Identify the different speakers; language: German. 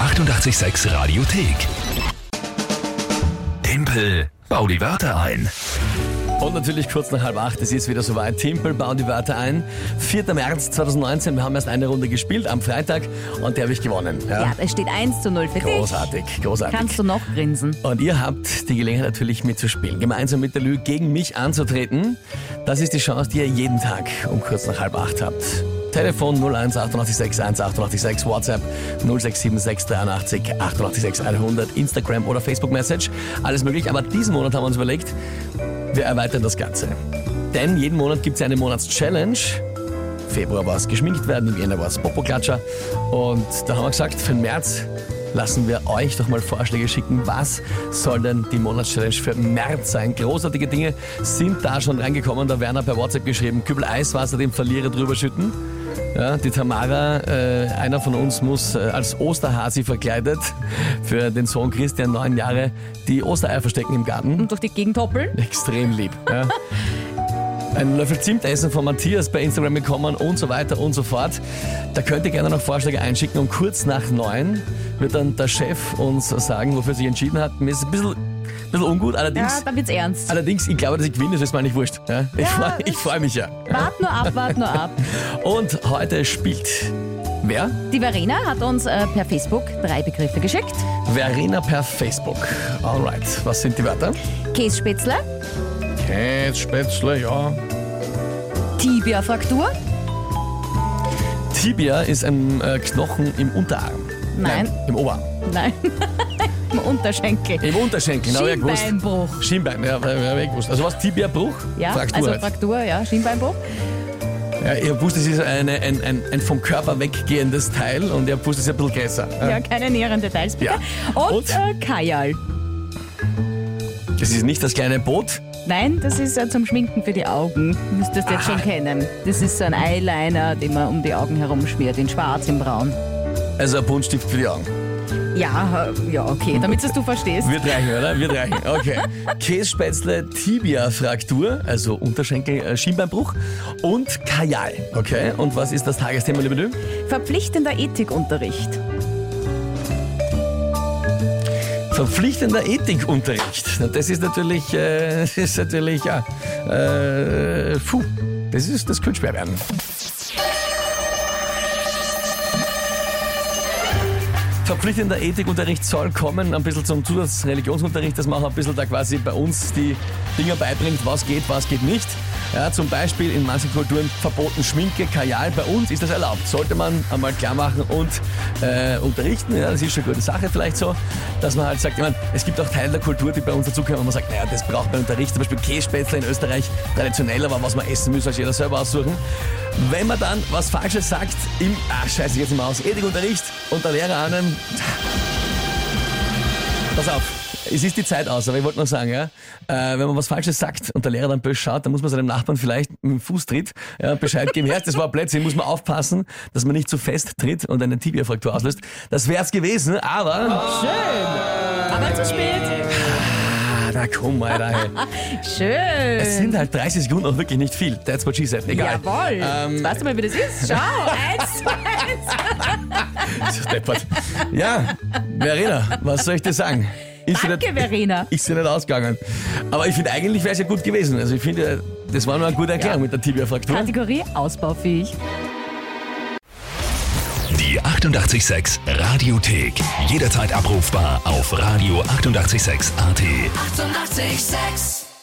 Speaker 1: 886 Radiothek. Tempel, bau die Wörter ein.
Speaker 2: Und natürlich kurz nach halb acht, es ist wieder soweit. Timpel bauen die Wörter ein. 4. März 2019, wir haben erst eine Runde gespielt am Freitag und die habe ich gewonnen.
Speaker 3: Ja, es steht 1 zu 0 für dich.
Speaker 2: Großartig, großartig.
Speaker 3: Kannst du noch grinsen?
Speaker 2: Und ihr habt die Gelegenheit natürlich mitzuspielen, gemeinsam mit der Lü gegen mich anzutreten. Das ist die Chance, die ihr jeden Tag um kurz nach halb acht habt. Telefon 01 886 1886, WhatsApp 0676 83 886 100, Instagram oder Facebook Message. Alles möglich, aber diesen Monat haben wir uns überlegt, wir erweitern das Ganze. Denn jeden Monat gibt es eine Monatschallenge. Februar war es geschminkt werden, im Jänner war es Popoklatscher. Und da haben wir gesagt, für den März lassen wir euch doch mal Vorschläge schicken, was soll denn die Monatschallenge für März sein? Großartige Dinge sind da schon reingekommen. Der Werner per WhatsApp geschrieben, Kübel Eiswasser dem Verlierer drüber schütten. Ja, die Tamara, äh, einer von uns muss äh, als Osterhasi verkleidet für den Sohn Christian, neun Jahre, die Ostereier verstecken im Garten.
Speaker 3: Und durch die Gegend hoppeln?
Speaker 2: Extrem lieb. Ja. Ein Löffel Zimt essen von Matthias bei Instagram bekommen und so weiter und so fort. Da könnt ihr gerne noch Vorschläge einschicken und kurz nach neun wird dann der Chef uns sagen, wofür er sich entschieden hat. Mir ist ein bisschen, bisschen ungut, allerdings,
Speaker 3: Ja, dann wird's ernst.
Speaker 2: allerdings, ich glaube, dass ich gewinne, das ist mir nicht wurscht. Ja? Ich,
Speaker 3: Ja,
Speaker 2: freu- ich
Speaker 3: ist-
Speaker 2: freue mich ja.
Speaker 3: Wart nur ab, wart nur ab.
Speaker 2: Und heute spielt wer?
Speaker 3: Die Verena hat uns äh, per Facebook drei Begriffe geschickt.
Speaker 2: Verena per Facebook. Alright, was sind die Wörter?
Speaker 3: Kässpätzle,
Speaker 2: Kässpätzle, ja.
Speaker 3: Tibia-Fraktur.
Speaker 2: Tibia ist ein äh, Knochen im Unterarm.
Speaker 3: Nein.
Speaker 2: Im Oberarm.
Speaker 3: Nein, im Unterschenkel.
Speaker 2: Im Unterschenkel, habe ich ja gewusst.
Speaker 3: Schienbeinbruch.
Speaker 2: Schienbein, ja, habe ich gewusst. Also was, Tibiabruch?
Speaker 3: Ja,
Speaker 2: Fraktur
Speaker 3: also
Speaker 2: halt.
Speaker 3: Fraktur, ja, Schienbeinbruch.
Speaker 2: ja, ich habe gewusst, es ist eine, ein, ein, ein vom Körper weggehendes Teil und ich habe gewusst, es ist ein bisschen größer.
Speaker 3: Ja, keine näheren Details bitte.
Speaker 2: Ja.
Speaker 3: Und,
Speaker 2: Und?
Speaker 3: Äh, Kajal.
Speaker 2: Das ist nicht das kleine Boot.
Speaker 3: Nein, das ist äh, zum Schminken für die Augen. Müsstest jetzt schon kennen. Das ist so ein Eyeliner, den man um die Augen herum schmiert, in schwarz, in braun.
Speaker 2: Also ein Buntstift für die Augen.
Speaker 3: Ja, äh, ja, okay, damit es du verstehst.
Speaker 2: Wird reichen, oder? Wird reichen. Okay. Kässpätzle, Tibia-Fraktur, also Unterschenkel, äh, Schienbeinbruch und Kajal. Okay. Und was ist das Tagesthema, liebe Lü?
Speaker 3: Verpflichtender Ethikunterricht.
Speaker 2: Verpflichtender Ethikunterricht. Na, Das ist natürlich, äh, das ist natürlich, ja, äh, puh, das ist, das könnte schwer werden. Verpflichtender Ethikunterricht soll kommen, ein bisschen zum Zusatzreligionsunterricht, dass man auch ein bisschen da quasi bei uns die Dinger beibringt, was geht, was geht nicht. Ja, zum Beispiel in manchen Kulturen verboten Schminke, Kajal, bei uns ist das erlaubt. Sollte man einmal klar machen und äh, unterrichten, ja, das ist schon eine gute Sache vielleicht so, dass man halt sagt, ich meine, es gibt auch Teile der Kultur, die bei uns dazukommen, wo man sagt, naja, das braucht man im Unterricht, zum Beispiel Kässpätzle in Österreich, traditionell, aber was man essen muss, als jeder selber aussuchen. Wenn man dann was Falsches sagt, im, ah, scheiße, jetzt mal aus, Ethikunterricht und der Lehrer an einem, Pass auf, es ist die Zeit aus, aber ich wollte noch sagen, ja, äh, wenn man was Falsches sagt und der Lehrer dann böse schaut, dann muss man seinem Nachbarn vielleicht mit dem Fuß tritt, ja, Bescheid geben. Herr, das war Blödsinn, muss man aufpassen, dass man nicht zu fest tritt und eine Tibia-Fraktur auslöst. Das wär's gewesen, aber...
Speaker 3: Aber zu spät.
Speaker 2: Ah, na komm mal rein. Es
Speaker 3: Schön.
Speaker 2: sind halt 30 Sekunden auch wirklich nicht viel. That's what she said. Egal.
Speaker 3: Jawohl.
Speaker 2: Ähm,
Speaker 3: Jetzt weißt du mal, wie das ist? Schau, eins, eins.
Speaker 2: so deppert. Ja, Verena, was soll ich dir sagen? Ist dir
Speaker 3: Danke,
Speaker 2: nicht-
Speaker 3: Verena.
Speaker 2: Ist dir nicht ausgegangen. Aber ich finde, eigentlich wäre es ja gut gewesen. Also ich finde, das war nur eine gute Erklärung mit der Tibia-Fraktur.
Speaker 3: Kategorie ausbaufähig.
Speaker 1: Die 886 Radiothek. Jederzeit abrufbar auf radio886.at. 886! 886.
Speaker 4: 886